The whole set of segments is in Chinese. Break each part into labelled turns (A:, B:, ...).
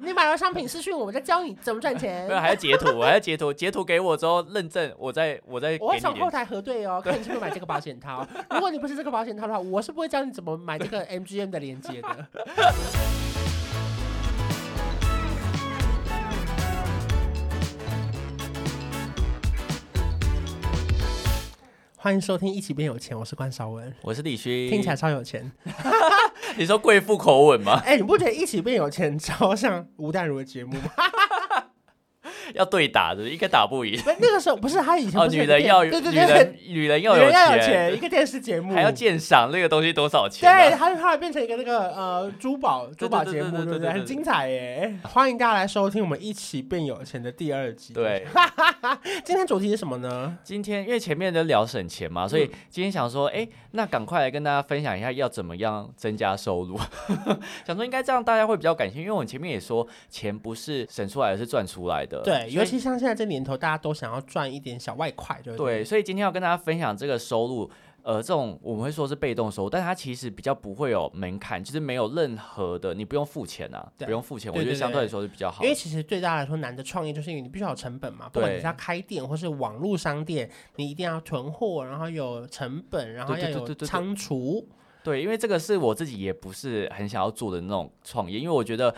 A: 你买了商品失去，我们再教你怎么赚 钱
B: 没。有还要截图，我还要截图，截图给我之后认证，我再我再给
A: 我会
B: 你
A: 从后
B: 联。
A: 台核对哦，看你是不是买这个保险套。如果你不是这个保险套的话，我是不会教你怎么买这个 MGM 的链接的。 欢迎收听《一起变有钱》，我是关少文，
B: 我是李勋，
A: 听起来超有钱。
B: 你说贵妇口吻吗？
A: 哎、你不觉得《一起变有钱》超像吴淡如的节目吗？
B: 要对打的，应该打不赢。
A: 不是那个时候不是他以前
B: 哦，
A: 不是
B: 女
A: 有个
B: 人
A: 电
B: 要有
A: 对对嗯
B: 女
A: 对，
B: 人女人要
A: 女
B: 有
A: 人要有钱，一个电视节目
B: 还要鉴赏这个东西多少钱啊？
A: 对，它就后来变成一个那个呃珠宝珠
B: 对
A: 宝
B: 对
A: 节
B: 对
A: 目，
B: 对
A: 对不
B: 对对
A: 对？很
B: 对
A: 精彩耶！欢迎大家来收听我们一起变有钱的第二集。，
B: 对，
A: 今天主题是什么呢？
B: 今天因为前面都聊省钱嘛，所以
A: 嗯
B: 今天想说，哎、那赶快来跟大家分享一下要怎么样增加收入。 想说应该这样大家会比较感兴趣，因为我们前面也说，钱不是省出来的，是赚出来的。
A: 对，
B: 所
A: 尤
B: 以
A: 其像现在这年头，大家都想要赚一点小外快，对不
B: 对，？所以今天要跟大家分享这个收入，呃，这种我们会说是被动收入，但它其实比较不会有门槛，就是没有任何的，你不用付钱啊，
A: 对
B: 不用付钱，我
A: 对
B: 觉得
A: 对
B: 相对
A: 对
B: 来说是比较好
A: 因为。
B: 的
A: 其实对大家来说难的创业，就是因为你必须要有成本嘛，不管你
B: 对
A: 是要开店或是网络商店，你一定要囤货，然后有成本，然后
B: 对
A: 要
B: 对对
A: 有
B: 对对对
A: 仓储。
B: 对，因为这个是我自己也不是很想要做的那种创业，因为我觉得。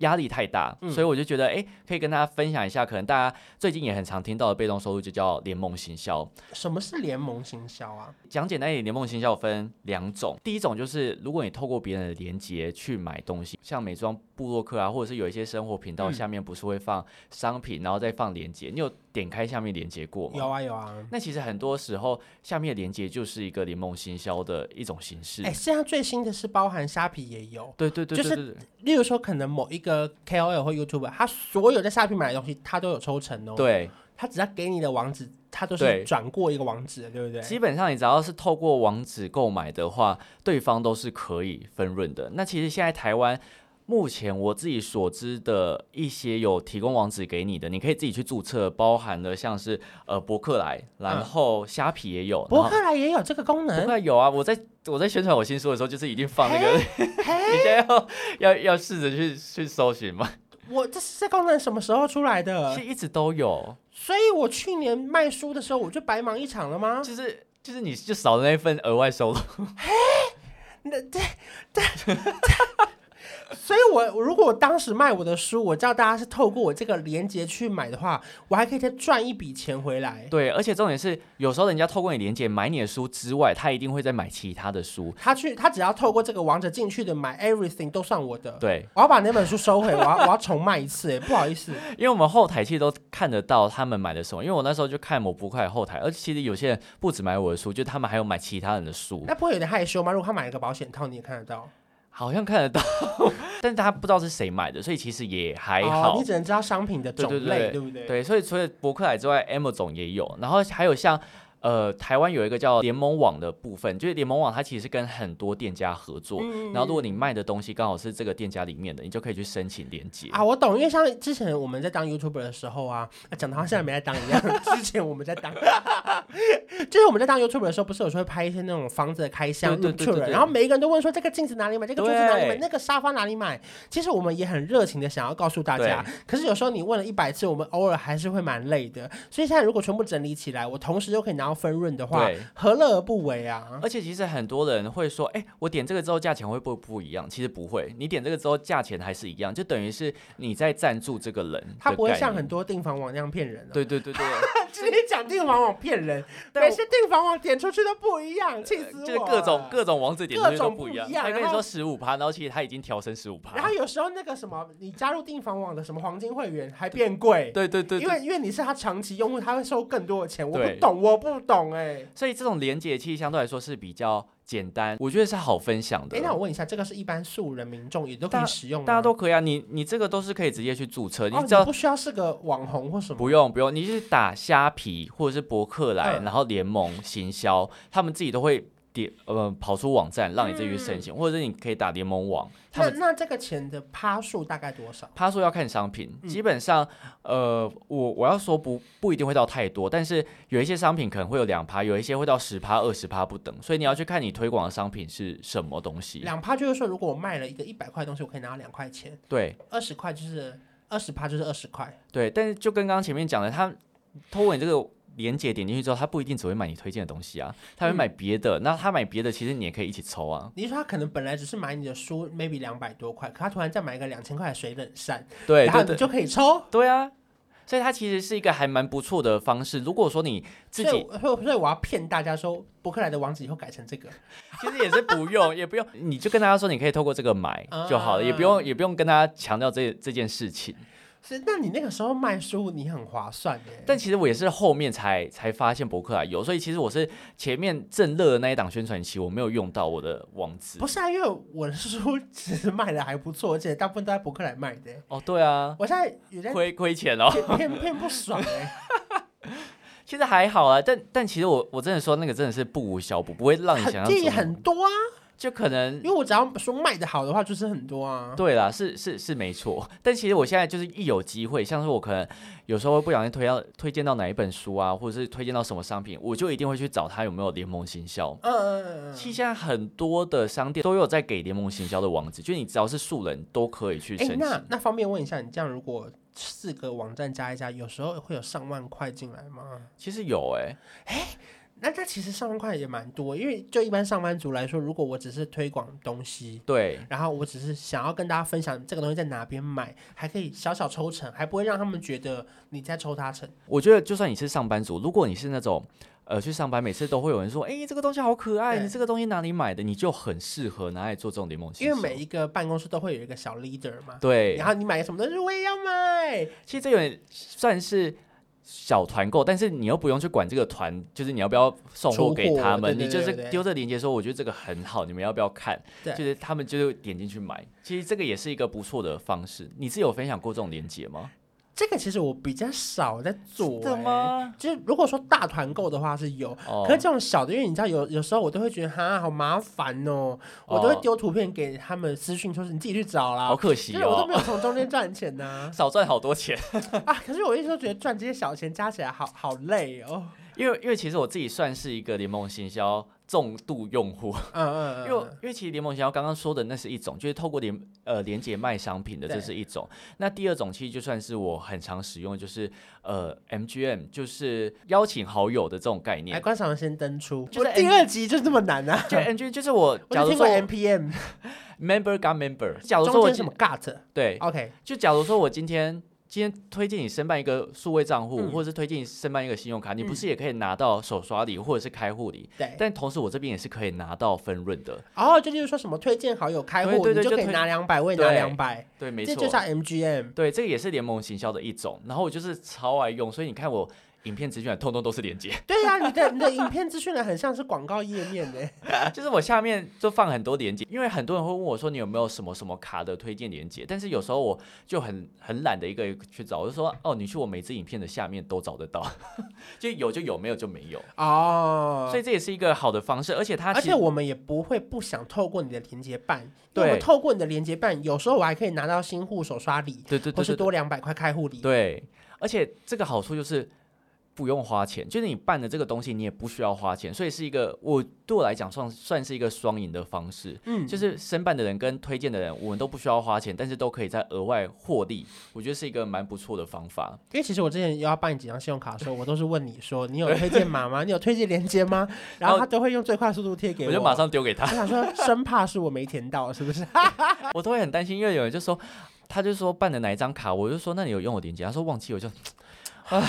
B: 压力太大，
A: 嗯
B: 所以我就觉得，哎、可以跟大家分享一下，可能大家最近也很常听到的被动收入就叫联盟行销。
A: 什么是联盟行销啊？
B: 讲简单一点，联盟行销分两种，第一种就是如果你透过别人的连接去买东西，像美妆部落客啊，或者是有一些生活频道
A: 嗯
B: 下面不是会放商品，然后再放连接，你有点开下面连接过吗？
A: 有啊有啊。
B: 那其实很多时候，下面的连接就是一个联盟行销的一种形式。
A: 哎，现在最新的是包含虾皮也有。
B: 对对对
A: 就
B: 对
A: 是
B: 对对
A: 例如说，可能某一个 KOL 或 YouTuber，他所有在下品买的东西，他都有抽成哦。，
B: 对，
A: 他只要给你的网址，他都是
B: 对
A: 转过一个网址的，对不对？
B: 基本上你只要是透过网址购买的话，对方都是可以分润的。那其实现在台湾。目前我自己所知的一些有提供网址给你的，你可以自己去注册，包含了像是呃博客来，然
A: 嗯
B: 后虾皮也有，
A: 博
B: 然后
A: 客来也有这个功
B: 博
A: 能
B: 客，来有啊。我在我在宣传我新书的时候，就是一定放那个，
A: 嘿，
B: 你现在要要要试着去去搜寻嘛，
A: 我这是这功能什么时候出来
B: 其
A: 的
B: 实？一直都有，
A: 所以我去年卖书的时候，我就白忙一场了吗？
B: 就是就是你就少了那份额外收入，
A: 那这这，所以我我如果我当时卖我的书，我知道大家是透过我这个链接去买的话，我还可以再赚一笔钱回来。
B: 对，而且重点是，有时候人家透过你连接买你的书之外，他一定会再买其他的书。
A: 他去，他只要透过这个网址进去的买 everything 都算我的。
B: 对，
A: 我要把那本书收回，我要我要重卖一次，哎，不好意思，
B: 因为我们后台其实都看得到他们买的什么。因为我那时候就看某博客的后台，而且其实有些人不止买我的书，就他们还有买其他人的书，
A: 那不会有点害羞吗？如果他买了个保险套，你也看得到，
B: 好像看得到， 但是他不知道是谁买的，所以其实也还
A: 哦
B: 好。
A: 你只能知道商品的种
B: 对对
A: 类，
B: 对
A: 不对？
B: 对，所以除了博客来之外，M 总也有，然后还有像呃台湾有一个叫联盟网的部分，就是联盟网它其实是跟很多店家合作，
A: 嗯
B: 然后如果你卖的东西刚好是这个店家里面的，你就可以去申请连接。
A: 啊，我懂，因为像之前我们在当 YouTuber 的时候啊，啊讲的好像现在没在当一 样。之前我们在当， 就是我们在当 YouTuber 的时候，不是有时候会拍一些那种房子的开箱
B: 对对对对
A: Rupture，
B: 对
A: 然后每一个人都问说这个镜子哪里买，这个桌子哪里买，
B: 对
A: 那个沙发哪里买。其实我们也很热情的想要告诉大家，可是有时候你问了一百次，我们偶尔还是会蛮累的。所以现在如果全部整理起来，我同时又可以拿到分润的话
B: 对，
A: 何乐而不为啊？
B: 而且其实很多人会说，哎、我点这个之后价钱会不会不一样？其实不会，你点这个之后价钱还是一样，就等于是你在赞助这个人的概念。
A: 他不会像很多订房网那样骗人、啊。
B: 对对对对，
A: 今天讲订房网骗人，
B: 但
A: 每
B: 我呃
A: 次订房网点出去都不一样，气死我了！
B: 就是各种各种网址点进去都不一
A: 各
B: 样。
A: 种不一样
B: 他跟
A: 然
B: 你
A: 后
B: 说十五趴，然后其实他已经调成十五
A: 然后
B: 趴。
A: 有时候那个什么，你加入订房网的什么黄金会员还变贵，
B: 对对对
A: 因
B: 对，
A: 为因为你是他长期用户，他会收更多的钱。我
B: 对
A: 不懂，我不懂哎、欸。
B: 所以这种连接其实相对来说是比较简单，我觉得是好分享的
A: 哎，。那我问一下，这个是一般素人民众也都可
B: 大
A: 以使用吗？
B: 大家都可以啊，你你这个都是可以直接去注册，
A: 哦，
B: 只要
A: 你不需要是个网红或什么。
B: 不用不用，你去打虾皮或者是博客来，
A: 嗯
B: 然后联盟行销，他们自己都会点呃跑出网站让你自己去申
A: 嗯
B: 请，或者是你可以打联盟网，他
A: 那
B: 们
A: 那这个钱的趴数大概多少？
B: 他说要看商品，
A: 嗯
B: 基本上，呃，我我要说不不一定会到太多，但是有一些商品可能会有两趴，有一些会到十趴、二十趴不等，所以你要去看你推广的商品是什么东西。
A: 两趴就是说，如果我卖了一个一百块的东西，我可以拿到两块钱，
B: 对
A: 二十块就是二十趴就是二十块。
B: 对，但是就跟刚刚前面讲的，他通过你这个连接点进去之后，他不一定只会买你推荐的东西啊，他
A: 嗯
B: 会买别的。那他买别的，其实你也可以一起抽啊。
A: 你说他可能本来只是买你的书，maybe 两百多块，可他突然再买一个两千块的水冷扇，
B: 对
A: 然后
B: 对
A: 你
B: 对
A: 就可以抽。
B: 对啊，所以它其实是一个还蛮不错的方式。如果说你自
A: 所以
B: 己
A: 我，所以所以我要骗大家说，博客来的网址以后改成这个。
B: 其实也是不用，也不用，你就跟大家说你可以透过这个买就好了，也不
A: 啊
B: 用也不用跟大家强调这这件事情。
A: 是，那你那个时候卖书，你很划算耶。
B: 但其实我也是后面才才发现博客来有，所以其实我是前面正热的那一档宣传期，我没有用到我的网址
A: 不。是啊，因为我的书其实卖的还不错，而且大部分都在博客来卖的耶。
B: 哦，对啊，
A: 我现在有 在
B: 亏亏钱哦。
A: 骗骗骗不爽哎、
B: 其实还好啊，但但其实我我真的说那个真的是不无小补，不会让你
A: 很
B: 想象
A: 这也
B: 中
A: 很多啊，
B: 就可能
A: 因为我只要说卖的好的话，就是很多啊。
B: 对啦，是是是没错， 但其实我现在就是一有机会，像是我可能有时候会不小心推到推荐到哪一本书啊，或者是推荐到什么商品，我就一定会去找他有没有联盟行销。
A: 嗯嗯嗯嗯。
B: 其实现在很多的商店都有在给联盟行销的网址，就你只要是素人都可以去
A: 哎、
B: 申
A: 那
B: 请。
A: 那方便问一下，你这样如果四个网站加一加，有时候会有上万块进来吗？
B: 其实有哎、
A: 那那其实上万块也蛮多，因为就一般上班族来说，如果我只是推广东西，
B: 对
A: 然后我只是想要跟大家分享这个东西在哪边买，还可以小小抽成，还不会让他们觉得你在抽他成。
B: 我觉得就算你是上班族，如果你是那种。呃，去上班每次都会有人说，哎、这个东西好可爱，
A: 对
B: 你这个东西哪里买的？你就很适合拿来做这种联盟行
A: 因
B: 销，
A: 为每一个办公室都会有一个小 leader 嘛，
B: 对，
A: 然后你买个什么东西，我也要买。
B: 其实这有点算是小团购，但是你又不用去管这个团，就是你要不要送货给他
A: 出货
B: 们，
A: 对对
B: 你就
A: 对对
B: 是
A: 对
B: 丢这链接说，我觉得这个很好，你们要不要看？
A: 对
B: 就是他们就是点进去买。其实这个也是一个不错的方式。你是有分享过这种链接吗？
A: 这个其实我比较少在做、
B: 真的？吗？
A: 就是如果说大团购的话是有，
B: 哦
A: 可是这种小的，因为你知道有有时候我都会觉得哈好麻烦哦，我都会
B: 哦
A: 丢图片给他们私讯，说是你自己去找啦
B: 好。可
A: 就
B: 惜
A: 是我都
B: 哦，
A: 没有从中间赚钱 呐、
B: 少赚好多钱。
A: 啊，可是我一直都觉得赚这些小钱加起来好好累哦。
B: 因为因为其实我自己算是一个联盟行销重度用户，
A: 嗯嗯
B: 因为我
A: 嗯，
B: 因为其实联盟行销刚刚说的那是一种，就是透过联呃联结卖商品的，
A: 对
B: 这是一种。那第二种其实就算是我很常使用的，就是呃 MGM，就是邀请好友的这种概
A: 来
B: 念。
A: 观赏先登出，
B: 就是
A: 我第二集就这么难啊。
B: 就 MG 就是我，
A: 我
B: 假
A: 就
B: 如
A: 听过
B: 说我
A: NPM，
B: member 跟 member，假如说
A: 中
B: 我
A: 间什
B: 今
A: 么哦 gut，OK，、
B: 对，就假如说我今天今天推荐你申办一个数位账户，
A: 嗯
B: 或者是推荐你申办一个信用卡，你
A: 嗯哎
B: 不是也可以拿到手刷礼或者是开户礼？
A: 对。
B: 但同时我这边也是可以拿到分润的，
A: 然后就例如说什么推荐好友开户，
B: 对对
A: 你
B: 对
A: 就
B: 就
A: 可以
B: 推
A: 拿两百，我也拿
B: 对
A: 两百，
B: 对，没
A: 这
B: 错，
A: 就叫 MGM。
B: 对，这个也是联盟行销的一种。然后我就是超爱用，所以你看我影片资讯栏通通都是连接，
A: 对呀、你的你的影片资讯栏很像是广告页面 呢。
B: 就是我下面就放很多连接，因为很多人会问我说你有没有什么什么卡的推荐连接，但是有时候我就很很懒的一个一个去找，我就说哦，你去我每支影片的下面都找得到， 就有就有，没有就没有。
A: 哦，
B: 所以这也是一个好的方式，而且它
A: 而
B: 其
A: 且
B: 实
A: 我们也不会不想透过你的连接办，因为
B: 对
A: 我们透过你的连接办，有时候我还可以拿到新户手刷礼，
B: 对对
A: 或
B: 对
A: 是
B: 对
A: 多两百块开户礼。
B: 对，而且这个好处就是不用花钱，就是你办的这个东西你也不需要花钱，所以是一个我对我来讲算算是一个双赢的方式。
A: 嗯，
B: 就是申办的人跟推荐的人，我们都不需要花钱，但是都可以在额外获利，我觉得是一个蛮不错的方法。
A: 因为其实我之前要办几张信用卡的时候，我都是问你说你有推荐码吗？你有推荐连接吗？然后他都会用最快速度贴给
B: 哦我就马上丢给
A: 我
B: 他，
A: 想说，生怕是我没填到，是不是？
B: 我都会很担心，因为有人就说，他就说办的哪一张卡，我就说那你有用我链接，他说忘记，我就， 唉，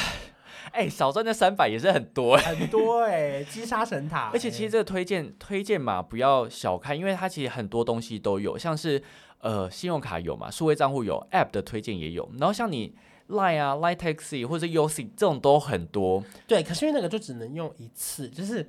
B: 哎，少赚那三百也是 很多、哎
A: 很多哎、击杀神塔欸、
B: 而且其实这个推荐推荐码不要小看，因为它其实很多东西都有，像是呃信用卡有嘛，数位账户有，App 的推荐也有，然后像你 Line 啊、Line Taxi 或者 u c 这种都很多。
A: 对，可是因为那个就只能用一次，就是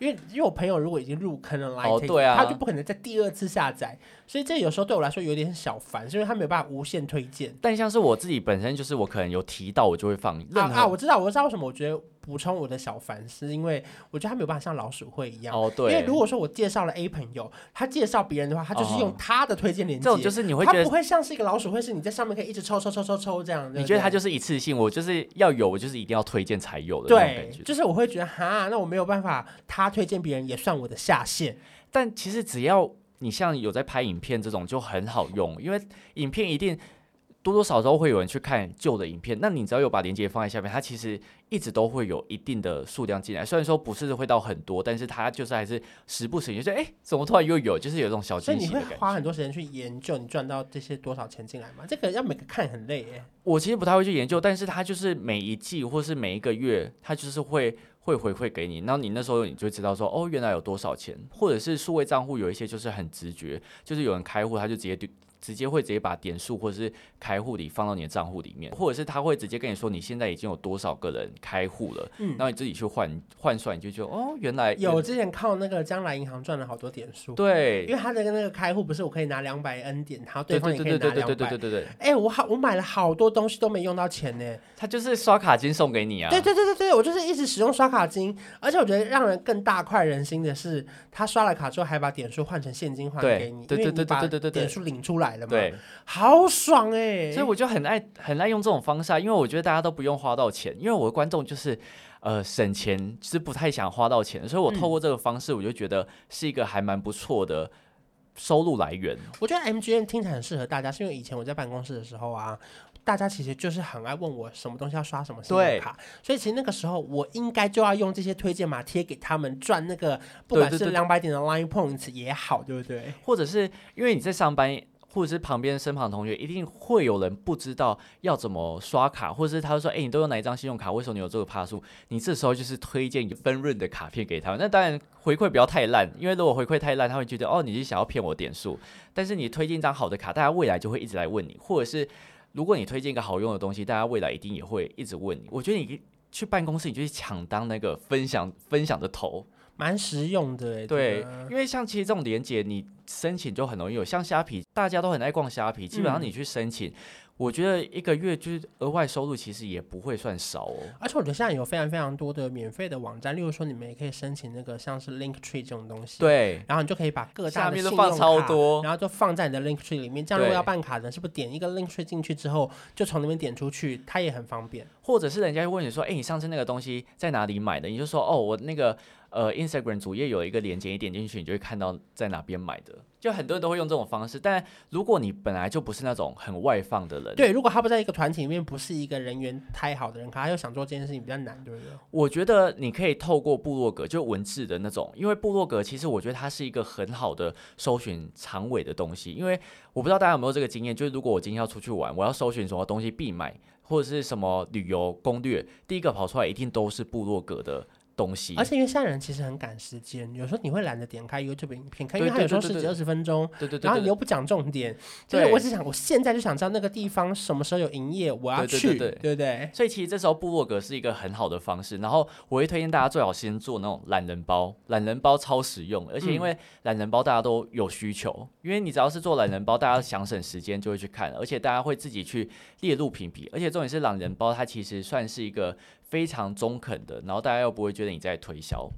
A: 因为因为我朋友如果已经入坑了 Lighting，、
B: 哦对啊
A: 他就不可能在第二次下载，所以这有时候对我来说有点小烦，是因为他没有办法无限推荐。
B: 但像是我自己本身就是我可能有提到，我就会放任
A: 啊
B: 何、
A: 啊！我知道，我知道为什么我觉得补充我的小烦，是因为我觉得他没有办法像老鼠会一样。
B: 哦
A: 因为
B: 对，
A: 如果说我介绍了 A 朋友，他介绍别人的话，他就是
B: 哦
A: 用他的推荐链
B: 这
A: 接，
B: 种就是你会
A: 他
B: 觉
A: 不
B: 得。
A: 会像是一个老鼠会，是你在上面可以一直抽抽抽抽抽这样。对
B: 你
A: 不
B: 觉得
A: 对
B: 它就是一次性，我就是要有，我就是一定要推荐才有的那种
A: 对
B: 感觉，。
A: 就是我会觉得哈，那我没有办法，他推荐别人也算我的下线。
B: 但其实只要你像有在拍影片这种就很好用，因为影片一定多多少少会有人去看旧的影片，那你只要有把链接放在下面，它其实一直都会有一定的数量进来。虽然说不是会到很多，但是它就是还是时不时你就哎、诶怎么突然又有，就是有这种小
A: 所以
B: 惊
A: 你
B: 喜
A: 会
B: 的感
A: 花
B: 觉。
A: 很多时间去研究你赚到这些多少钱进来吗？这个要每个看很累耶。
B: 我其实不太会去研究，但是它就是每一季或是每一个月，它就是会。会回馈给你，然后你那时候你就知道说，哦，原来有多少钱，或者是数位账户有一些就是很直觉，就是有人开户他就直接丢直接会直接把点数或者是开户里放到你的账户里面，或者是他会直接跟你说你现在已经有多少个人开户了，
A: 嗯
B: 然后你自己去换换算，你就觉得哦，原来
A: 有之前靠那个将来银行赚了好多点数，因
B: 对，
A: 为他的那个开户不是我可以拿两百 N 点，然后
B: 对
A: 方也可以
B: 对对
A: 拿
B: 对对
A: 两
B: 对
A: 百
B: 对。对对，
A: 哎、我好，我买了好多东西都没用到钱呢。
B: 他就是刷卡金送给你啊，
A: 对对对对对，我就是一直使用刷卡金，而且我觉得让人更大快人心的是，他刷了卡之后还把点数换成现金还
B: 对
A: 给你，
B: 对
A: 因为
B: 对对
A: 你把
B: 对对对对
A: 点数领出来了嘛，
B: 对
A: 好爽哎、
B: 所以我就很爱很爱用这种方式啊，因为我觉得大家都不用花到钱，因为我的观众就是呃省钱，就是不太想花到钱，所以我透过这个方式，我就觉得是一个还蛮不错的收入来源。
A: 我觉得 MGM 听起来很适合大家，是因为以前我在办公室的时候啊，大家其实就是很爱问我什么东西要刷什么信用
B: 对
A: 卡，所以其实那个时候我应该就要用这些推荐码贴给他们赚那个，不
B: 对
A: 管
B: 对
A: 是
B: 对
A: 两百点的 Line Points 也好，对不对？
B: 或者是因为你在上班，或者是旁边身旁同学，一定会有人不知道要怎么刷卡，或者是他会说：“哎、你都用哪一张信用卡？为什么你有这个帕数？”你这时候就是推荐分润的卡片给他们。那当然回馈不要太烂，因为如果回馈太烂，他会觉得哦，你是想要骗我点数。但是你推荐一张好的卡，大家未来就会一直来问你，或者是如果你推荐一个好用的东西，大家未来一定也会一直问你。我觉得你。去办公室，你就去抢当那个分享分享的头，
A: 蛮实用的、欸，
B: 对
A: 这个，
B: 因为像其实这种连接，你申请就很容易有。像虾皮，大家都很爱逛虾皮，基本上
A: 嗯
B: 你去申请，我觉得一个月就是额外收入，其实也不会算少哦。
A: 而且我觉得现在有非常非常多的免费的网站，例如说你们也可以申请那个像是 Link Tree 这种东西，，
B: 对，
A: 然后你就可以把各大
B: 下
A: 的
B: 面
A: 信
B: 都
A: 用
B: 放超
A: 卡
B: 多
A: 然后就放在你的 Link Tree 里面。这样如
B: 对
A: 果要办卡呢，是不是点一个 Link Tree 进去之后，就从里面点出去，它也很方便。
B: 或者是人家会问你说，哎、你上次那个东西在哪里买的？你就说，哦，我那个呃 Instagram 主页有一个链接，你点进去，你就会看到在哪边买的。就很多人都会用这种方式，但如果你本来就不是那种很外放的人，
A: 对，如果他不在一个团体里面，不是一个人缘太好的人，可他又想做这件事情比较难，对不对？
B: 我觉得你可以透过部落格，就文字的那种，因为部落格其实我觉得它是一个很好的搜寻长尾的东西。因为我不知道大家有没有这个经验，就是如果我今天要出去玩，我要搜寻什么东西必买，或者是什么旅游攻略，第一个跑出来一定都是部落格的东西。
A: 而且因为现在人其实很赶时间，有时候你会懒得点开 YouTube 影片看，因
B: 对
A: 为它有
B: 对
A: 时候
B: 对
A: 十
B: 对
A: 几
B: 对
A: 二十分钟，
B: 对对对
A: 然后
B: 对
A: 你
B: 对
A: 又不讲重点，就是
B: 对
A: 我只想我现在就想知道那个地方什么时候有营业，我要
B: 对对
A: 去，
B: 对对
A: 对不对？
B: 所以其实这时候部落格是一个很好的方式，然后我会推荐大家最好先做那种懒人包，懒人包超实用，而且因为懒人包大家都有需求，因为你只要是做懒人包，大家想省时间就会去看，而且大家会自己去列入评比，而且重点是懒人包它其实算是一个非常中肯的，然后大家又不会觉得你在推销。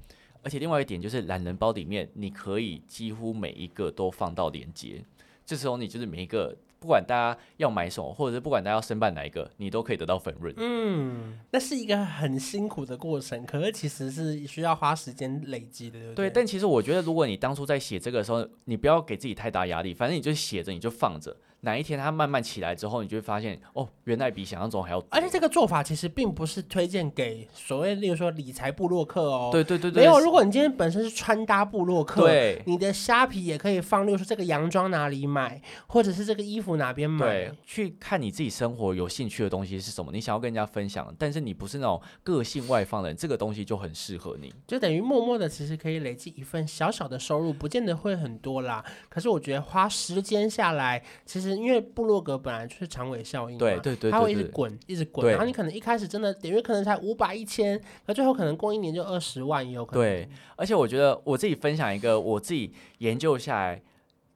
B: 而且另外一点就是懒人包里面你可以几乎每一个都放到连接，这时候你就是每一个。不管大家要买什么，或者是不管大家要申办哪一个，你都可以得到分润。
A: 嗯，那是一个很辛苦的过程，可是其实是需要花时间累积的，对不
B: 对，
A: 对，
B: 但其实我觉得，如果你当初在写这个的时候，你不要给自己太大压力，反正你就写着，你就放着，哪一天它慢慢起来之后，你就会发现，哦，原来比想象中还要多。
A: 而且这个做法其实并不是推荐给所谓，例如说理财部落客哦。
B: 对对对对，
A: 没有，如果你今天本身是穿搭部落客，
B: 对
A: 你的虾皮也可以放，例如说这个洋装哪里买，或者是这个衣服哪边买
B: 对。，去看你自己生活有兴趣的东西是什么，你想要跟人家分享，但是你不是那种个性外放的人，这个东西就很适合你。
A: 就等于默默的，其实可以累积一份小小的收入，不见得会很多啦。可是我觉得花时间下来，其实实因为部落格本来就是长尾效应嘛，
B: 对对对
A: 它会
B: 对
A: 一直
B: 对，
A: 滚，一直滚，
B: 对
A: 然后你可能一开始真的点阅可能才五百一千，可最后可能过一年就二十万也有可能。
B: 对，而且我觉得我自己分享一个我自己研究下来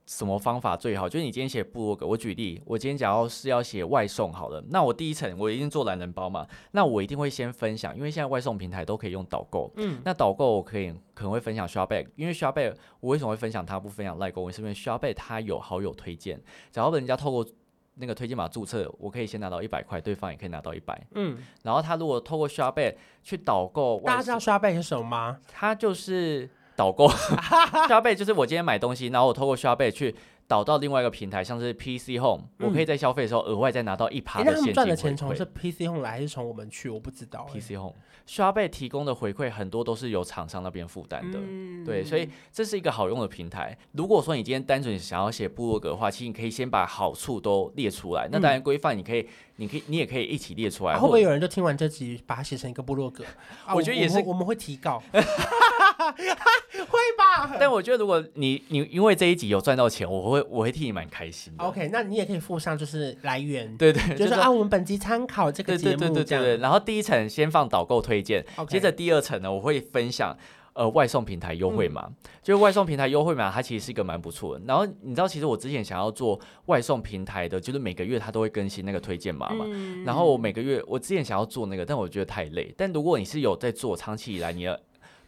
B: 什么方法最好，就是你今天写部落格，我举例，我今天假如是要写外送好了，那我第一层我一定做懒人包嘛，那我一定会先分享，因为现在外送平台都可以用导购，
A: 嗯，
B: 那导购我可以可能会分享 s h o p b a c 因为 s h o p b a c 我为什么会分享它不分享赖工？是因为 s h o p b a c 它有好友推荐，只要人家透过那个推荐码注册，我可以先拿到一百块，对方也可以拿到一百。
A: 嗯，
B: 然后他如果透过 s h o p b a c 去导购
A: 大
B: 外
A: 家知道
B: 送，
A: 刷背是什么吗？
B: 他就是 导购 s h o p b a c 就是我今天买东西，然后我透过 s h o p b a c 去导到另外一个平台，像是 PC Home，、我可以在消费的时候额外再拿到一
A: 嗯
B: 趴
A: 诶
B: 的
A: 那他
B: 现金回
A: 们赚的钱
B: 馈。
A: 从是 PC Home 来还是从我们去？我不知道、诶
B: PC Home 需要被提供的回馈很多都是由厂商那边负担的，
A: 嗯
B: 对，所以这是一个好用的平台。如果说你今天单纯想要写部落格的话，其实你可以先把好处都列出来。那当然规范你可以，你可以，你也可以一起列出来。
A: 嗯啊会不会
B: 或者
A: 有人就听完这集，把它写成一个部落格？啊
B: 我觉得也是呃
A: 我们我们会提 告，会吧
B: 但我觉得如果你你因为这一集有赚到钱，我会我会替你蛮开心的。
A: ？OK，那你也可以附上就是来源，
B: 对对，
A: 就是
B: 是
A: 说啊，我们本集参考这个
B: 对
A: 节
B: 对对
A: 目
B: 对
A: 这
B: 对
A: 样。
B: 对。然后第一层先放导购推荐，
A: OK
B: 接着第二层呢，我会分享呃外送平台优惠
A: 嗯
B: 码，就是外送平台优惠码，它其实是一个蛮不错的。然后你知道，其实我之前想要做外送平台的，就是每个月它都会更新那个推荐码嘛。
A: 嗯
B: 然后我每个月我之前想要做那个，但我觉得太累。但如果你是有在做，长期以来你的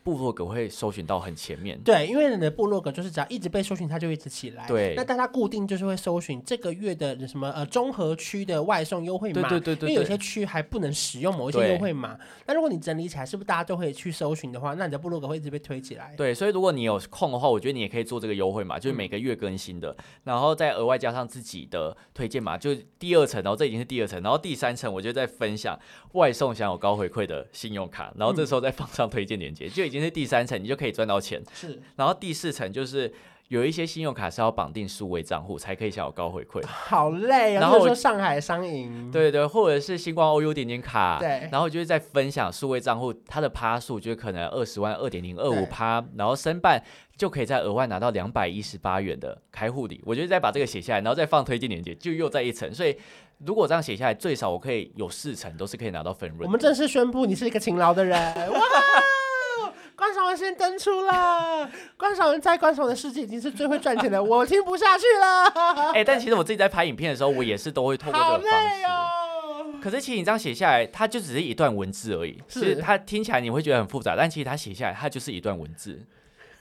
B: 部落格会搜寻到很前面。
A: 对，因为你的部落格就是只要一直被搜寻，它就一直起来。
B: 对
A: 那大家固定就是会搜寻这个月的什么呃综合区的外送优惠
B: 对
A: 码，
B: 对对对
A: 因为有些
B: 对
A: 区还不能使用某一些
B: 对
A: 优惠码。那如果你整理起来，是不是大家都可以去搜寻的话，那你的部落格会一直被推起来？
B: 对，所以如果你有空的话，我觉得你也可以做这个优惠码，就是每个月更新的，然后再额外加上自己的推荐码，就是第二层，然后哦这已经是第二层，然后第三层我就再分享外送享有高回馈的信用卡，然后这时候再放上推荐链接，就已经是第三层，你就可以赚到钱。
A: 是
B: 然后第四层就是有一些信用卡是要绑定数位账户才可以享有高回馈，
A: 好累啊！
B: 然
A: 比如
B: 后我
A: 说上海商银，
B: 对对，或者是星光 OU 点点卡，
A: 对
B: 然后就是在分享数位账户，它的趴数就是可能二十万二点零二
A: 对
B: 五趴，然后申办就可以再额外拿到两百一十八元的开户礼。我觉得再把这个写下来，然后再放推荐链接，就又在一层。所以如果这样写下来，最少我可以有四成都是可以拿到分润的。
A: 我们正式宣布你是一个勤劳的 人。哇！哦关少文先登出了，关少文在关少文的世界已经是最会赚钱 的，我听不下去了，
B: 哎、 但其实我自己在拍影片的时候，我也是都会透过
A: 好
B: 这个方
A: 累
B: 式。
A: 哦。
B: 可是其实你这样写下来，它就只是一段文字而已。
A: 是
B: 其实它听起来你会觉得很复杂，但其实它写下来，它就是一段文字，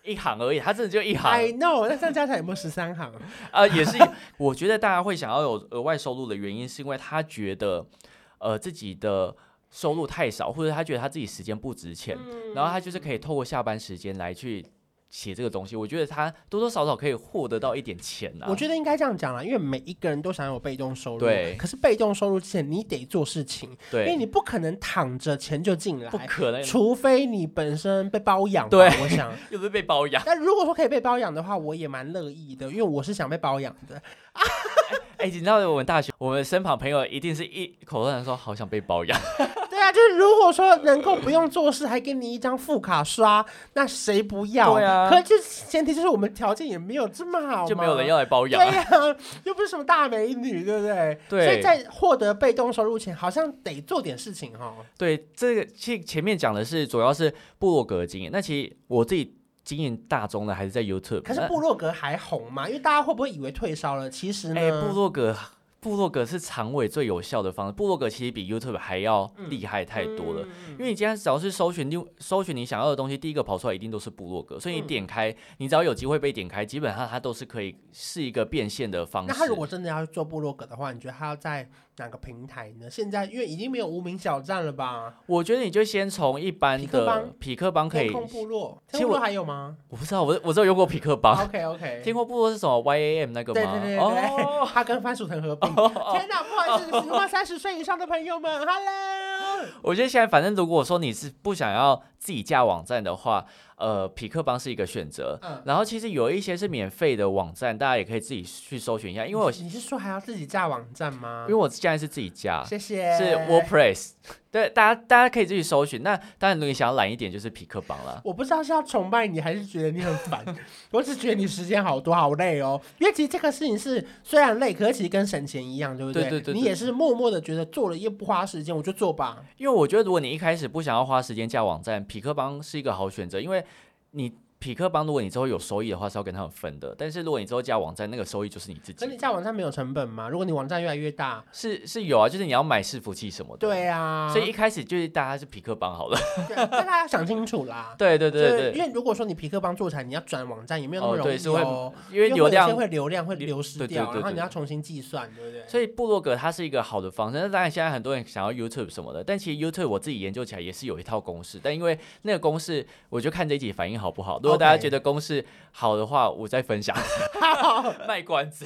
B: 一行而已。它真的就一行。
A: I know，那这样加起来有没有十三行？
B: 啊，也是， 我觉得大家会想要有额外收入的原因，是因为他觉得，呃，自己的收入太少，或者他觉得他自己时间不值钱，
A: 嗯
B: 然后他就是可以透过下班时间来去写这个东西。我觉得他多多少少可以获得到一点钱啊。
A: 我觉得应该这样讲啦，因为每一个人都想有被动收入，
B: 对
A: 可是被动收入之前，你得做事情，因为
B: 对，
A: 你不可能躺着钱就进
B: 不
A: 来，
B: 可能，
A: 除非你本身被包养吧。
B: 对
A: 我想。
B: 又不是被包养。
A: 但如果说可以被包养的话，我也蛮乐意的，因为我是想被包养的。
B: 哎、你知道我们大学，我们身旁朋友一定是一口头上说好想被包养。
A: 对啊，就是如果说能够不用做事，还给你一张副卡刷，那谁不要？
B: 对啊
A: 可这前提就是我们条件也没有这么好嘛，
B: 就没有人要来包养啊、
A: 对呀、又不是什么大美女，对不对？
B: 对
A: 所以在获得被动收入前，好像得做点事情哈、哦。
B: 对，这个其前面讲的是主要是部落格经营，那其实我自己经营大宗的还是在 YouTube 那。
A: 可是部落格还红吗？因为大家会不会以为退烧了？其实呢，
B: 哎、部落格部落格是长尾最有效的方式，部落格其实比 YouTube 还要
A: 嗯
B: 厉害太多了。因为你今天只要是搜寻另搜寻你想要的东西，第一个跑出来一定都是部落格，所以你
A: 嗯
B: 点开，你只要有机会被点开，基本上它都是可以是一个变现的方式。
A: 那他如果真的要做部落格的话，你觉得他要在哪个平台呢？现在因为已经没有无名小站了吧？
B: 我觉得你就先从一般
A: 匹克
B: 的
A: 邦
B: 匹克邦可
A: 天
B: 以，
A: 空部落，
B: 其
A: 天
B: 实
A: 空部
B: 我啊
A: 落还有吗
B: 我不知道，我我只有用过匹克邦，
A: ？OK OK，
B: 天空部落是什么 YAM 那个
A: 对
B: 吗？
A: 对对对
B: 哦
A: 对，他跟番薯藤合并。天哪，不好意思，喜欢三十岁以上的朋友们，Hello。
B: 我觉得现在反正如果说你是不想要自己架网站的话，呃，匹克邦是一个选择。
A: 嗯
B: 然后其实有一些是免费的网站，大家也可以自己去搜寻一下。因为我
A: 你是说还要自己架网站吗
B: 因为？我现在是自己加，
A: 谢谢，
B: 啊是 WordPress，对，大家大家可以自己搜寻。那当然，如果你想要懒一点，就是匹克邦啦。
A: 我不知道是要崇拜你，还是觉得你很 烦。我只觉得你时间好多，好累哦。因为其实这个事情是虽然累，可是其实跟省钱一样，对不
B: 对对对对
A: 你也是默默的觉得做了又不花时间，我就做吧。
B: 因为我觉得，如果你一开始不想要花时间架网站，匹克邦是一个好选择，因为你匹克邦，如果你之后有收益的话，是要跟他们分的。但是如果你之后架网站，那个收益就是你自
A: 可你
B: 己。
A: 在网站没有成本吗？如果你网站越来越大，
B: 是是有啊，就是你要买伺服器什么的。、
A: 对啊，
B: 所以一开始就是大家是匹克邦好了。。
A: 对但大家要想清楚啦
B: 对 对对
A: 就是
B: 对
A: 因为如果说你皮克帮做起来，你要转网站也没有那么
B: 哦
A: 容
B: 对是
A: 易
B: 会
A: 哦，
B: 因为
A: 会
B: 流
A: 有
B: 量
A: 些会流量会流失
B: 对对
A: 掉，
B: 对
A: 然后
B: 对
A: 你要重新计算，对不 对？
B: 所以部落格它是一个好的方式，那当然现在很多人想要 YouTube 什么的，但其实 YouTube 我自己研究起来也是有一套公式，但因为那个公式，我就看这一集反应好不好。如
A: OK
B: 果大家觉得公式好的话，我再分享， 卖关子。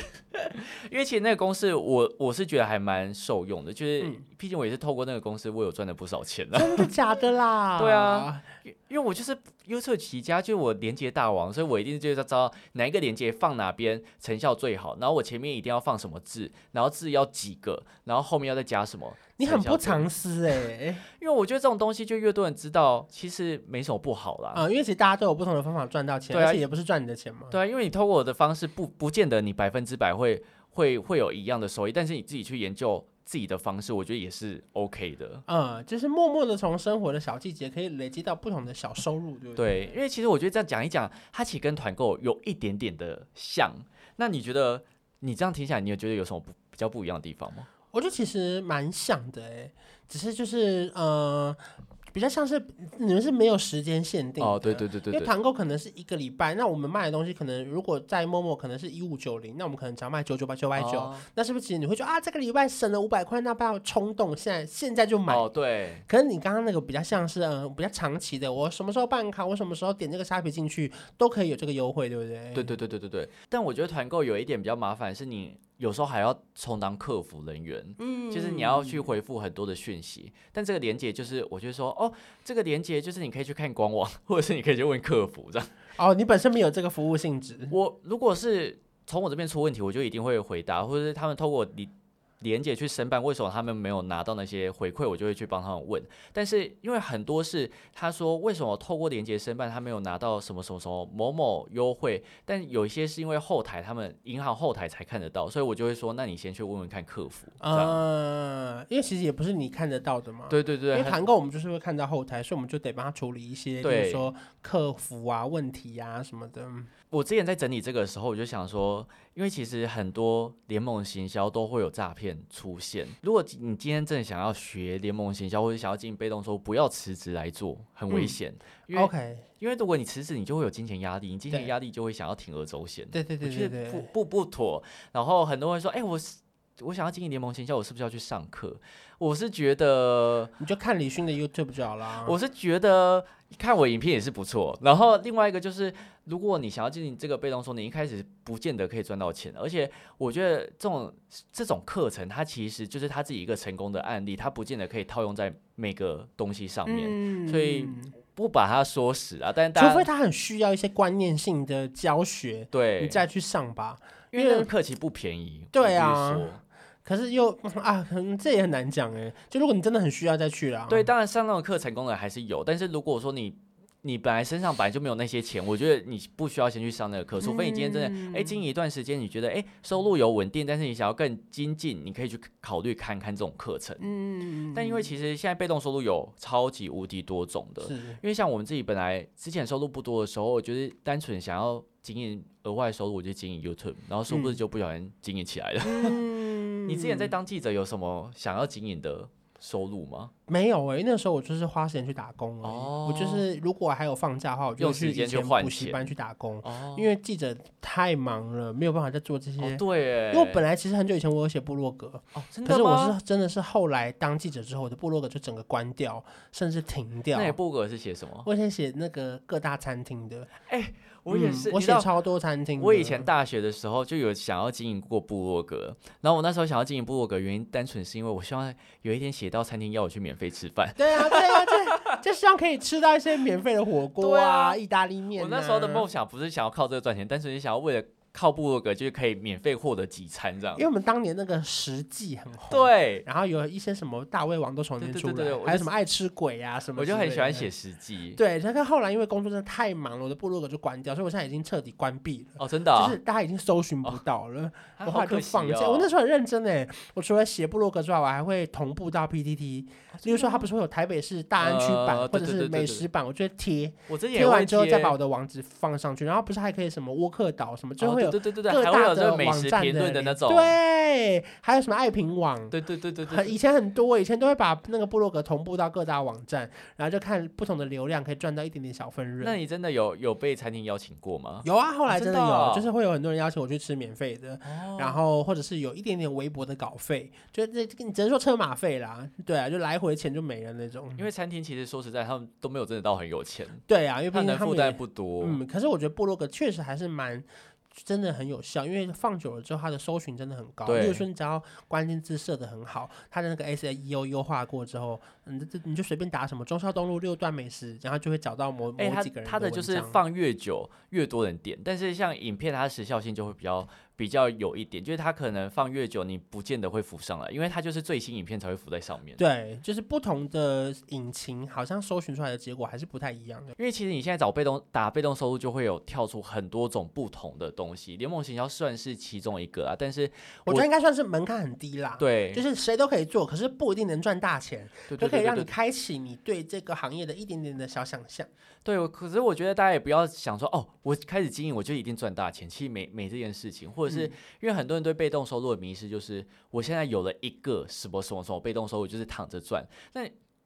B: 因为其实那个公式我我是觉得还蛮受用的，就是
A: 嗯
B: 毕竟我也是透过那个公式，我有赚了不少钱了。
A: 真的假的啦？
B: 对啊，因因为我就是 YouTube 起家，就是我连接大王，所以我一定就是要知道哪一个连接放哪边成效最好，然后我前面一定要放什么字，然后字要几个，然后后面要再加什么。
A: 你很不
B: 成效最好，
A: 藏私 哎
B: 因为我觉得这种东西就越多人知道，其实没什么不好啦。
A: 啊，因为其实大家都有不同的方法赚到钱，
B: 对啊
A: 而且也不是赚你的钱嘛。
B: 对啊，因为你透过我的方式不，不见得你百分之百会会会有一样的收益，但是你自己去研究自己的方式，我觉得也是 OK 的。
A: 嗯，就是默默的从生活的小细节可以累积到不同的小收入，对不对？
B: 对，因为其实我觉得这样讲一讲，它其实跟团购有一点点的像。那你觉得你这样听起来，你有觉得有什么不比较不一样的地方吗？
A: 我觉得其实蛮像的哎，只是就是呃，比较像是你们是没有时间限定
B: 哦，对
A: 的
B: 对对对
A: 因为
B: 对，
A: 团购可能是一个礼拜，那我们卖的东西可能如果在陌陌可能是一五九零，那我们可能只要卖九九八九百九，
B: 哦
A: 那是不是其实你会觉得啊这个礼拜省了五百块，那不要冲动，现在现在就买。
B: 哦，对，
A: 可是你刚刚那个比较像是嗯、呃比较长期的，我什么时候办卡，我什么时候点这个虾皮进去都可以有这个优惠，对不对？
B: 对对对对对对。但我觉得团购有一点比较麻烦，是你有时候还要充当客服人员。
A: 嗯
B: 就是你要去回复很多的讯息，但这个连接就是，我就说哦，这个连接就是你可以去看官网，或者是你可以去问客服这样。
A: 哦，你本身没有这个服务性质，
B: 我如果是从我这边出问题，我就一定会回答，或者是他们透过你连接去申办，为什么他们没有拿到那些回馈，我就会去帮他们问。但是因为很多是他说为什么透过连接申办，他没有拿到什么什么什么某某优惠，但有一些是因为后台他们银行后台才看得到，所以我就会说，那你先去问问看客服。这样
A: 嗯，因为其实也不是你看得到的嘛。
B: 啊对对
A: 因
B: 对，
A: 为
B: 很
A: 团购我们就是会看到后台，所以我们就得帮他处理一些，就
B: 对
A: 是说客服啊、问题啊什么的。嗯
B: 我之前在整理这个的时候，我就想说，因为其实很多联盟行销都会有诈骗出现。如果你今天真的想要学联盟行销，或者想要进被动收入，不要辞职来做，很
A: 嗯
B: 危险。因为
A: OK，
B: 因为如果你辞职，你就会有金钱压力，你金钱
A: 哦对
B: 压力就会想要铤而走险。
A: 对对对
B: 我
A: 对
B: 觉得
A: 对，
B: 不不不妥。然后很多人说，哎、我是我想要经营联盟行销，我是不是要去上课？我是觉得
A: 你就看李勋的 YouTube 就好啦。
B: 我是觉得看我影片也是不错。然后另外一个就是，如果你想要进行这个被动收，你一开始不见得可以赚到钱。而且我觉得这种这种课程，它其实就是他自己一个成功的案例，它不见得可以套用在每个东西上面，
A: 嗯
B: 所以不把它说死啊。但是大
A: 除
B: 家
A: 非他很需要一些观念性的教学，你
B: 对，
A: 再去上吧。
B: 因为那个课其实不便宜。
A: 啊对
B: 我必须
A: 啊
B: 说
A: 可是又 啊，可能这也很难讲哎。就如果你真的很需要再去啦，
B: 对，，当然上那种课成功的还是有，但是如果说你你本来身上本来就没有那些钱，我觉得你不需要先去上那个课，除非你今天真的哎、
A: 嗯
B: 经营一段时间，你觉得哎、收入有稳定，但是你想要更精进，你可以去考虑看看这种课程。
A: 嗯，
B: 但因为其实现在被动收入有超级无敌多种的，
A: 嗯 是
B: 因为像我们自己本来之前收入不多的时候，我就是单纯想要经营额外收入，我就经营 YouTube，然后殊
A: 嗯
B: 不知就不小心经营起来了。你之前在当记者有什么想要经营的收入吗？
A: 没有哎、那时候我就是花时间去打工而已。我就是如果还有放假的话，我就
B: 哦用
A: 去
B: 时间
A: 以
B: 去
A: 前
B: 换
A: 补习
B: 钱
A: 班去打工，
B: 哦，
A: 因为记者太忙了，没有办法再做这些。
B: 哦对耶，
A: 因为我本来其实很久以前我有写部落格，
B: 哦真
A: 可
B: 的
A: 是我
B: 吗？
A: 是真的是后来当记者之后，我的部落格就整个关掉，甚至停掉
B: 那。你部格是写什么？
A: 我以前写那个各大餐厅的，
B: 我也
A: 嗯
B: 是，
A: 我
B: 你知
A: 写
B: 道。
A: 超多餐厅的。
B: 我以前大学的时候就有想要经营过部落格，然后我那时候想要经营部落格，原因单纯是因为我希望有一天写也到餐厅要我去免费吃 饭。
A: 对啊，对啊，就就希望可以吃到一些免费的火锅啊、
B: 对啊
A: 意大利面、啊。
B: 我那时候的梦想不是想要靠这个赚钱，单纯是想要为了靠部落格就是可以免费获得几餐这样
A: 因。为我们当年那个实际很红，，
B: 对，
A: 然后有一些什么大胃王都从里面出来，
B: 对对对对我
A: 还有
B: 就
A: 什么爱吃鬼啊什么，
B: 我就很喜欢写。实际。
A: 对，但是后来因为工作真的太忙了，我的部落格就关掉，所以我现在已经彻底关闭了。
B: 哦，真的、啊，
A: 就是大家已经搜寻不到了，我
B: 啊
A: 后
B: 好
A: 来就
B: 可惜
A: 放弃。
B: 哦。
A: 我那时候很认真诶，我除了写部落格之外，我还会同步到 PTT。例如说，它不是会有台北市大安区版、
B: 呃
A: 或
B: 对
A: 者
B: 对
A: 是
B: 对对
A: 美
B: 对
A: 食版，我就会贴。
B: 我之前
A: 贴
B: 也
A: 完
B: 会
A: 之后再
B: 贴
A: 把我的网址放上去，然后不是还可以什么窝客岛什么，就
B: 哦
A: 会有、
B: 对对对对
A: 各
B: 对，还会
A: 大
B: 有这
A: 的
B: 个美
A: 网
B: 食
A: 站
B: 评
A: 的
B: 论的那种，
A: 对，还有什么爱评网。
B: 对对对对对
A: 很以前很多，以前都会把那个部落格同步到各大网站，然后就看不同的流量可以赚到一点点小分
B: 那
A: 润。
B: 你真的有有被餐厅邀请过吗？
A: 有啊，后来
B: 啊
A: 真
B: 真
A: 的
B: 的
A: 有，
B: 哦
A: 就是会有很多人邀请我去吃免费的，然后或者是有一点点微薄的稿费，就这这个你只能说车马费啦，对啊，就来回钱就没了那种。
B: 因为餐厅其实说实在，他们都没有真的到很有钱，
A: 对啊，因为毕
B: 他
A: 竟
B: 能
A: 他
B: 负
A: 们
B: 担
A: 也
B: 不多。
A: 嗯，可是我觉得部落格确实还是蛮。真的很有效，因为放久了之后，它的搜寻真的很高。
B: 对
A: 例如说，你只要关键字设的很好，它的那个 SEO 优化过之后，你这这你就随便打什么中孝东路六段美食，然后就会找到某
B: 哎、
A: 某
B: 他
A: 几个人
B: 他
A: 的
B: 的
A: 文
B: 就是
A: 章
B: 放越久越多人点，但是像影片它的时效性就会比较比较有一点，就是它可能放越久，你不见得会浮上来，因为它就是最新影片才会浮在上面。
A: 对，就是不同的引擎，好像搜寻出来的结果还是不太一样的。
B: 因为其实你现在找被动打被动收入，就会有跳出很多种不同的东西，联盟行销算是其中一个啊。但是
A: 我
B: 我
A: 觉得应该算是门槛很低啦，，
B: 对，
A: 就是谁都可以做，可是不一定能赚大钱，
B: 对
A: 就
B: 对
A: 可以
B: 对
A: 让你
B: 对
A: 开启你对这个行业的一点点的小想象。
B: 对，我可是我觉得大家也不要想说哦，我开始经营我就一定赚大钱。其实没没这件事情，或者是、
A: 嗯
B: 因为很多人对被动收入的迷失，就是我现在有了一个什么什么什么被动收入，就是躺着赚。那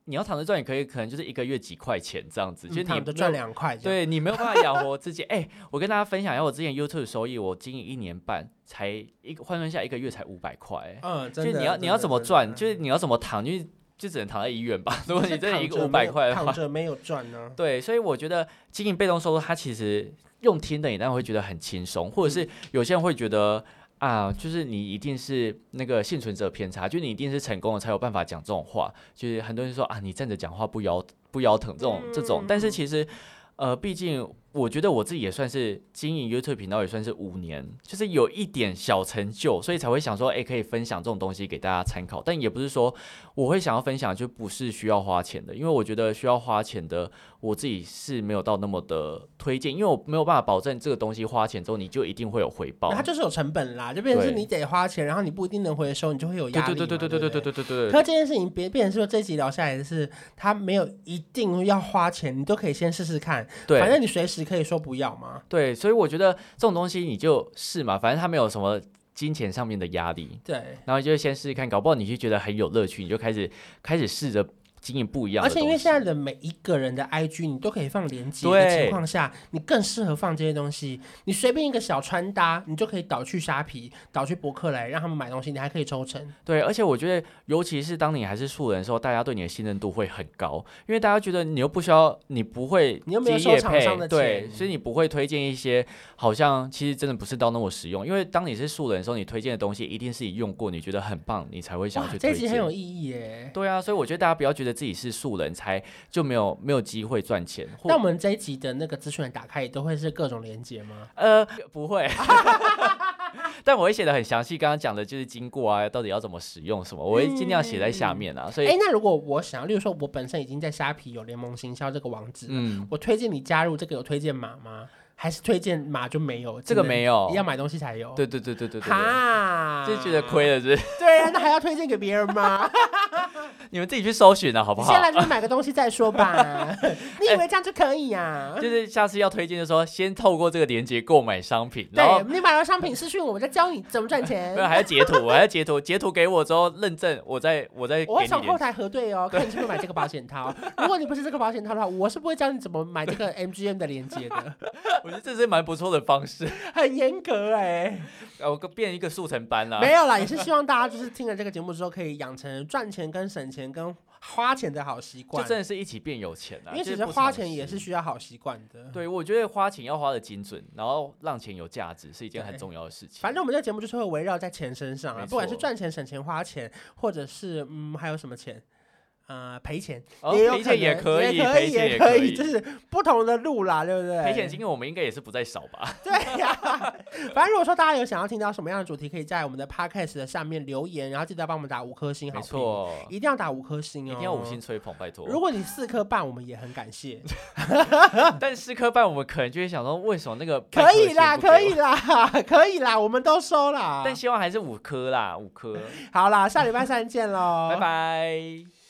B: 你要躺着赚，也可以可能就是一个月几块钱这样子，就是
A: 嗯
B: 你没
A: 躺
B: 有
A: 着赚两块，，
B: 对你没有办法养活自己。 哎、我跟大家分享一下我之前 YouTube 的收益，我经营一年半才一换算下一个月才五百块、哎
A: 嗯，
B: 就
A: 真
B: 是
A: 的，
B: 你要
A: 真
B: 你要
A: 的
B: 怎么
A: 真的嗯
B: 赚，就是你要怎么躺，就是就只能躺在医院吧。如果你真的一个五百块的话
A: 躺，着没有赚呢、
B: 对，所以我觉得经营被动收入，它其实用听的，你当然会觉得很轻松，或者是有些人会觉得啊，就是你一定是那个幸存者偏差，就你一定是成功了才有办法讲这种话。就是很多人说啊，你站着讲话不腰不腰疼这种这种，但是其实。呃，毕竟我觉得我自己也算是经营 YouTube 频道，也算是五年，就是有一点小成就，所以才会想说，哎、可以分享这种东西给大家参考。但也不是说我会想要分享，就不是需要花钱的，因为我觉得需要花钱的，我自己是没有到那么的推荐，因为我没有办法保证这个东西花钱之后你就一定会有回 报
A: 那。它就是有成本啦，就变成是
B: 对
A: 你得花钱，然后你不一定能回收，你就会有
B: 对
A: 压力
B: 对
A: 嘛。
B: 对对对对对
A: 对
B: 对
A: 不。
B: 对对对
A: 可是这件事情别变成是说这集聊下来的是，它没有一定要花钱，你都可以先试试看，
B: 对，
A: 反正你随时可以说不要嘛。
B: 对，所以我觉得这种东西你就试嘛，反正它没有什么金钱上面的压力，
A: 对，
B: 然后就先试试看，搞不好你就觉得很有乐趣，你就开始开始试着经营不一样
A: 而
B: 的
A: 且
B: 东西。
A: 因为现在的每一个人的 IG 你都可以放连接的
B: 对
A: 情况下，你更适合放这些东西。你随便一个小穿搭，你就可以导去虾皮、导去博客来，让他们买东西，你还可以抽成。
B: 对，而且我觉得，尤其是当你还是素人的时候，大家对你的信任度会很高，因为大家觉得你又不需要，你不会
A: 你又没有
B: 接
A: 收
B: 业
A: 厂
B: 配
A: 商的
B: 对
A: 钱，
B: 所以你不会推荐一些好像其实真的不是到那么实用，因为当你是素人的时候，你推荐的东西一定是你用过，你觉得很棒，你才会想
A: 哇
B: 要去，
A: 这
B: 推
A: 集很有
B: 荐。
A: 意义耶。
B: 对啊，所以我觉得大家不要觉得自己是素人才就没有没有机会赚钱，或
A: 那我们这一集的那个资讯栏打开也都会是各种连接吗？
B: 呃，不会。 但我会写的很详细，刚刚讲的就是经过啊，到底要怎么使用什么，我会尽量写在下面啊。所
A: 哎、
B: 以，
A: 那如果我想要，例如说，我本身已经在虾皮有联盟行销这个网址，
B: 嗯，
A: 我推荐你加入这个有推荐码吗？还是推荐码就没有？
B: 这个
A: 只能
B: 没有
A: 要买东西才有。
B: 对对对对对对对，
A: 哈，
B: 就觉得亏了，是不是？
A: 对啊，那还要推荐给别人吗？
B: 你们自己去搜寻 啊，好不
A: 你
B: 好
A: 先？来这边买个东西再说 吧。你以为这样就可以啊呀、
B: 就是下次要推荐的时候，先透过这个链接购买商品，然后
A: 对你买了商品私讯我，我再教你怎么赚钱
B: 没。有还要截图，我还要截图，截图给我之后认证，我再我再给
A: 我会
B: 你
A: 从后
B: 链接。
A: 台核对哦，看你是不是买这个保险套。 如果你不是这个保险套的话，我是不会教你怎么买这个 MGM 的连接的，
B: 我觉得这是蛮不错的方式，
A: 很严格哎、
B: 啊 我变一个速成班啦。
A: 没有啦，也是希望大家就是听了这个节目之后，可以养成赚钱跟省钱跟花钱的好习
B: 就
A: 惯，
B: 真的是一起变有钱啊。
A: 因为
B: 就
A: 其
B: 是
A: 实
B: 不
A: 花
B: 尝
A: 钱也
B: 试
A: 是需要好习惯的。
B: 对，我觉得花钱要花的精准，然后让钱有价值是一件很
A: 对
B: 重要的事情。
A: 反正我们这个节目就是会围绕在钱身上啊，
B: 没
A: 不管是
B: 错
A: 赚钱、省钱、花钱，或者是嗯，还有什么钱，呃，赔钱，
B: 哦
A: 也有
B: 赔
A: 可
B: 钱也
A: 能
B: 可以
A: 也可
B: 赔
A: 以，
B: 钱也
A: 也
B: 可以
A: 以，就是不同的路啦，对不对？
B: 赔钱金额我们应该也是不在少吧？
A: 对呀、 反正如果说大家有想要听到什么样的主题，可以在我们的 podcast 的下面留言，然后记得帮我们打五颗星好
B: 没
A: 评，
B: 错，
A: 一定要打五颗星
B: 一
A: 哦，
B: 定要五星。吹捧，拜托。
A: 如果你四颗半，我们也很感 谢。
B: 啊但四颗半，我们可能就会想说，为什么那个半
A: 可
B: 颗
A: 以
B: 星
A: 啦，
B: 不给我
A: 可以。啦， 可以啦，我们都收啦
B: 但。希望还是五颗啦，五颗。
A: 好啦，下礼拜三见喽，
B: 拜拜。